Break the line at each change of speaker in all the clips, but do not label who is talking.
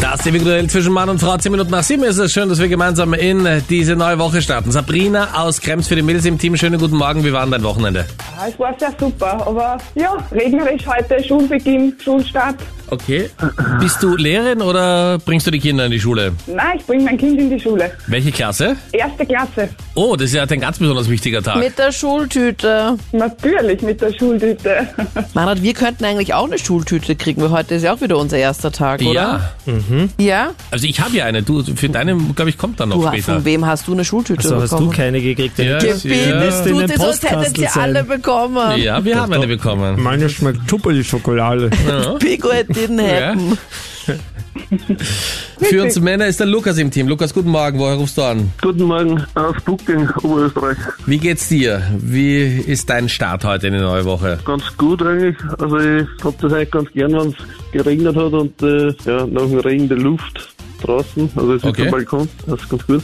Das individuell zwischen Mann und Frau. 10 Minuten nach 7 ist es schön, dass wir gemeinsam in diese neue Woche starten. Sabrina aus Krems für die Mädels im Team. Schönen guten Morgen. Wie war denn dein Wochenende?
Ja, Es war sehr super, aber ja, regnerisch heute, Schulbeginn, Schulstart.
Okay. Bist du Lehrerin oder bringst du die Kinder in die Schule?
Nein, ich bringe mein Kind in die Schule.
Welche Klasse?
Erste Klasse.
Oh, das ist ja ein ganz besonders wichtiger Tag.
Mit der Schultüte.
Natürlich mit der Schultüte.
Manfred, wir könnten eigentlich auch eine Schultüte kriegen, weil heute ist ja auch wieder unser erster Tag, oder?
ja.
Ja. Ja?
Also ich habe ja eine. Du, für deine, glaube ich, kommt dann noch
Du,
später.
von wem hast du eine Schultüte
So hast du
bekommen?
keine gekriegt.
Yes,
Gebildet,
ja.
in
du,
den
das sonst hättet
Postkastel
ihr
sein.
alle bekommen.
ja, wir haben eine bekommen.
Meine schmeckt super die Schokolade.
Pico it didn't happen.
Für uns Männer ist der Lukas im Team. Lukas, guten Morgen. Woher rufst du an?
Guten Morgen aus Bucking, Oberösterreich.
Wie geht's dir? Wie ist dein Start heute in die neue Woche?
Ganz gut eigentlich. Also ich hab das eigentlich ganz gern, wenn es geregnet hat und äh, ja, nach dem Regen die Luft draußen. Also ich sitze
Okay.
am Balkon, das ist ganz gut.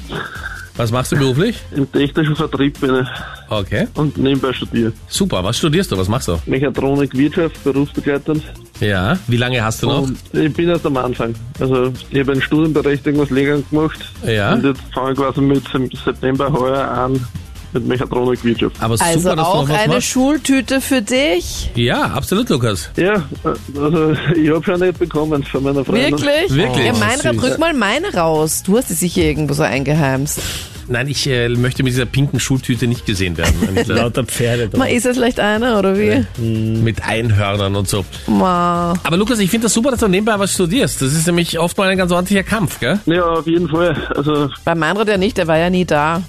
Was machst du beruflich?
Im technischen Vertrieb bin ich
Okay.
und nebenbei studiere.
Super. Was studierst du? Was machst du?
Mechatronik, Wirtschaft, berufsbegleitend.
Ja. Wie lange hast du noch?
Um,
Und ich bin erst am Anfang. Also ich habe einen Studienbereich irgendwas länger gemacht.
Ja.
Und jetzt fange ich quasi mit Sem- September heuer an mit Mechatronik, Wirtschaft.
Aber super,
Also
dass du noch
auch
was
eine
machst.
Schultüte für dich.
Ja, absolut, Lukas.
Ja, äh, also ich habe schon nicht bekommen von meiner Freundin.
Wirklich?
Wirklich?
Ja,
Oh,
Meinrad,
süß.
rück mal meine raus. Du hast sie sicher irgendwo so eingeheimst.
Nein, ich äh, möchte mit dieser pinken Schultüte nicht gesehen werden. Mit, äh,
Lauter Pferde
Ma,
drauf.
ist das vielleicht einer, oder wie?
mit Einhörnern und so.
Ma.
Aber Lukas, ich finde das super, dass du nebenbei was studierst. Das ist nämlich oft mal ein ganz ordentlicher Kampf, gell?
Ja, auf jeden Fall. Also
Bei Meinrad ja nicht, der war ja nie da.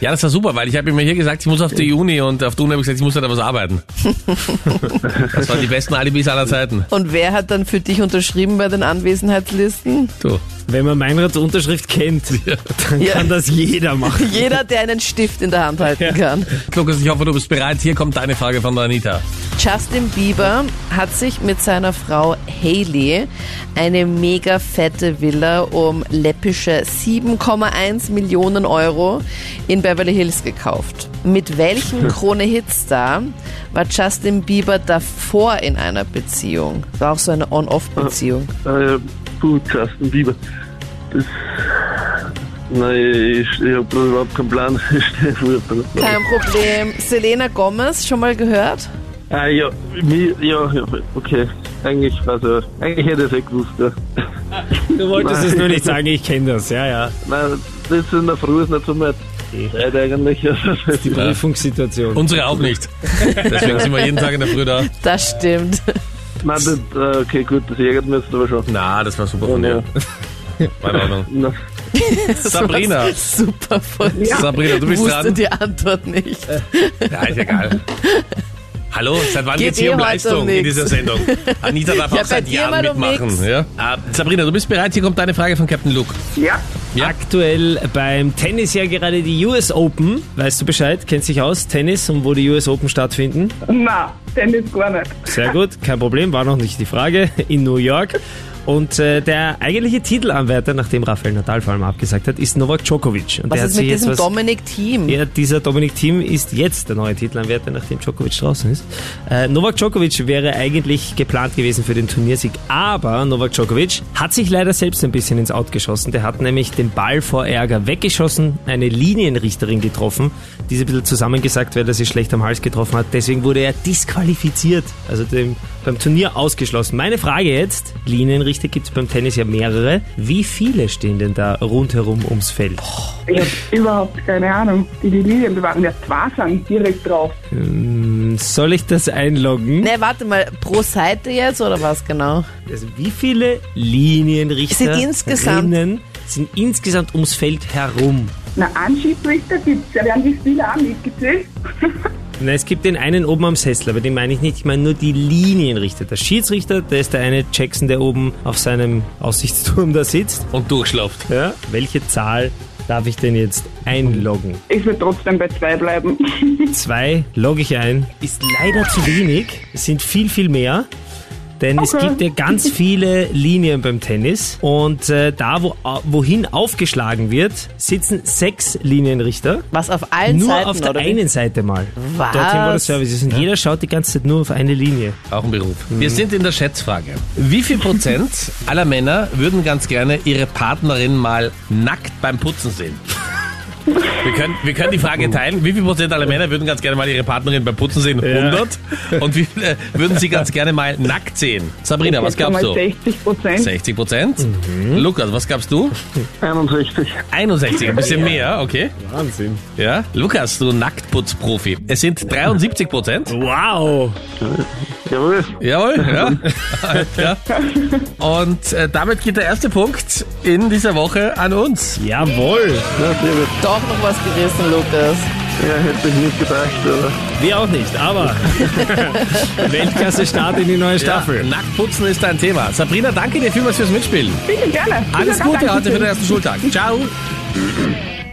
Ja, das war super, weil ich habe immer hier gesagt, ich muss auf die Uni und auf der Uni habe ich gesagt, ich muss da was arbeiten. das waren die besten Alibis aller Zeiten.
Und wer hat dann für dich unterschrieben bei den Anwesenheitslisten?
Du.
Wenn man Meinrads Unterschrift kennt, dann
Ja.
kann das jeder machen.
Jeder, der einen Stift in der Hand halten kann.
Lukas, ich hoffe, du bist bereit. Hier kommt deine Frage von der Anita.
Justin Bieber hat sich mit seiner Frau Hailey eine mega fette Villa um läppische 7,1 Millionen Euro in Beverly Hills gekauft. Mit
Hm.
welchem Krone-Hitstar war Justin Bieber davor in einer Beziehung? Das war auch so eine On-Off-Beziehung.
Hm.
Äh, puh, Justin Bieber. Das. Nein, ich, ich hab bloß überhaupt keinen Plan. Ich stehe vor der-
Kein Problem. Selena Gomez, schon mal gehört?
Ah, ja, mi- ja, ja, okay. Eigentlich, also, eigentlich hätte ich es eh gewusst, ja.
Du wolltest es nur nicht sagen, ich kenne das. Ja, ja.
Nein, das in der Früh ist nicht so meine Zeit eigentlich. Also,
Die Prüfungssituation.
Unsere auch nicht. Deswegen sind wir jeden Tag in der Früh da.
Das stimmt.
nein, das, äh, okay, gut, das ärgert mich jetzt aber schon.
Na, das war super von dir. War in Ordnung.
Na,
Sabrina.
Super von dir.
Sabrina, du bist
wusste
dran.
die Antwort nicht.
Ja, ist egal. Hallo, seit wann
Geht
geht's hier
eh
um
heute
Leistung
um
in
nix.
dieser Sendung? Anita darf
Ja,
auch seit
bei dir
Jahren
mal um
mitmachen.
nix.
Ja? Ah, Sabrina, du bist bereit. Hier kommt deine Frage von Captain Luke.
Ja,
Aktuell beim Tennis ja gerade die US Open. Weißt du Bescheid? Kennst dich aus? Tennis und wo die US Open stattfinden?
na, Tennis gar nicht.
Sehr gut, kein Problem, war noch nicht die Frage. In New York. Und äh, der eigentliche Titelanwärter, nachdem Rafael Nadal vor allem abgesagt hat, ist Novak Djokovic. Und
Was
der
ist
hat sich
mit
jetzt
diesem
was
Dominik-Team?
Ja, dieser Dominik Thiem ist jetzt der neue Titelanwärter, nachdem Djokovic draußen ist. Äh, Novak Djokovic wäre eigentlich geplant gewesen für den Turniersieg, aber Novak Djokovic hat sich leider selbst ein bisschen ins Out geschossen. Der hat nämlich den Ball vor Ärger weggeschossen, eine Linienrichterin getroffen, die ist ein bisschen zusammengesagt, weil er sie schlecht am Hals getroffen hat. Deswegen wurde er disqualifiziert, also dem, beim Turnier ausgeschlossen. Meine Frage jetzt, Linienrichter gibt es beim Tennis ja mehrere. Wie viele stehen denn da rundherum ums Feld?
Ich habe überhaupt keine Ahnung. Die, die Lilien bewahren ja zwei Schlangen direkt drauf.
Soll ich das einloggen?
Ne, warte mal, pro Seite jetzt oder was genau?
Also wie viele Linienrichter
Sind insgesamt-
Rinnen sind insgesamt ums Feld herum?
Na, einen Schiedsrichter gibt's, da werden die Spieler auch mitgezählt.
Na, es gibt den einen oben am Sessel, aber den meine ich nicht. Ich meine nur die Linienrichter. Der Schiedsrichter, der ist der eine Jackson, der oben auf seinem Aussichtsturm da sitzt.
Und durchschlauft.
Ja. Welche Zahl darf ich denn jetzt einloggen?
Ich will trotzdem bei zwei bleiben.
Zwei logge ich ein. Ist leider zu wenig. Es sind viel, viel mehr. Denn es
Okay.
gibt ja ganz viele Linien beim Tennis. Und äh, da, wo, au- wohin aufgeschlagen wird, sitzen sechs Linienrichter.
Was auf allen
Nur
Seiten,
auf der
oder wie?
einen Seite mal.
Was?
Dorthin, wo der Service ist. Und jeder schaut die ganze Zeit nur auf eine Linie.
Auch ein Beruf. Wir sind in der Schätzfrage. Wie viel Prozent aller Männer würden ganz gerne ihre Partnerin mal nackt beim Putzen sehen? Wir können, wir können die Frage teilen. Wie viel Prozent aller Männer würden ganz gerne mal ihre Partnerin beim Putzen sehen? 100. Und wie viele würden sie ganz gerne mal nackt sehen? Sabrina, Genau, was
Jetzt haben
gab's
wir
du?
60 Prozent.
60 Prozent. Lukas, was gabst du?
61.
61, ein bisschen mehr, okay.
Wahnsinn.
Ja. Lukas, du Nacktputzprofi. Es sind 73 Prozent.
Wow.
Jawohl.
Jawohl, ja. ja. Und äh, damit geht der erste Punkt in dieser Woche an uns.
Jawohl.
Ja, sehr gut.
Doch noch was gerissen, Lukas.
Ja, hätte ich nicht gedacht, aber
Wir auch nicht, aber Weltklasse-Start in die neue Staffel.
Ja, Nacktputzen ist ein Thema. Sabrina, danke dir vielmals fürs Mitspielen.
Bitte gerne.
Alles
Vielen Dank,
Gute heute für den
Dankeschön.
ersten Schultag. Ciao.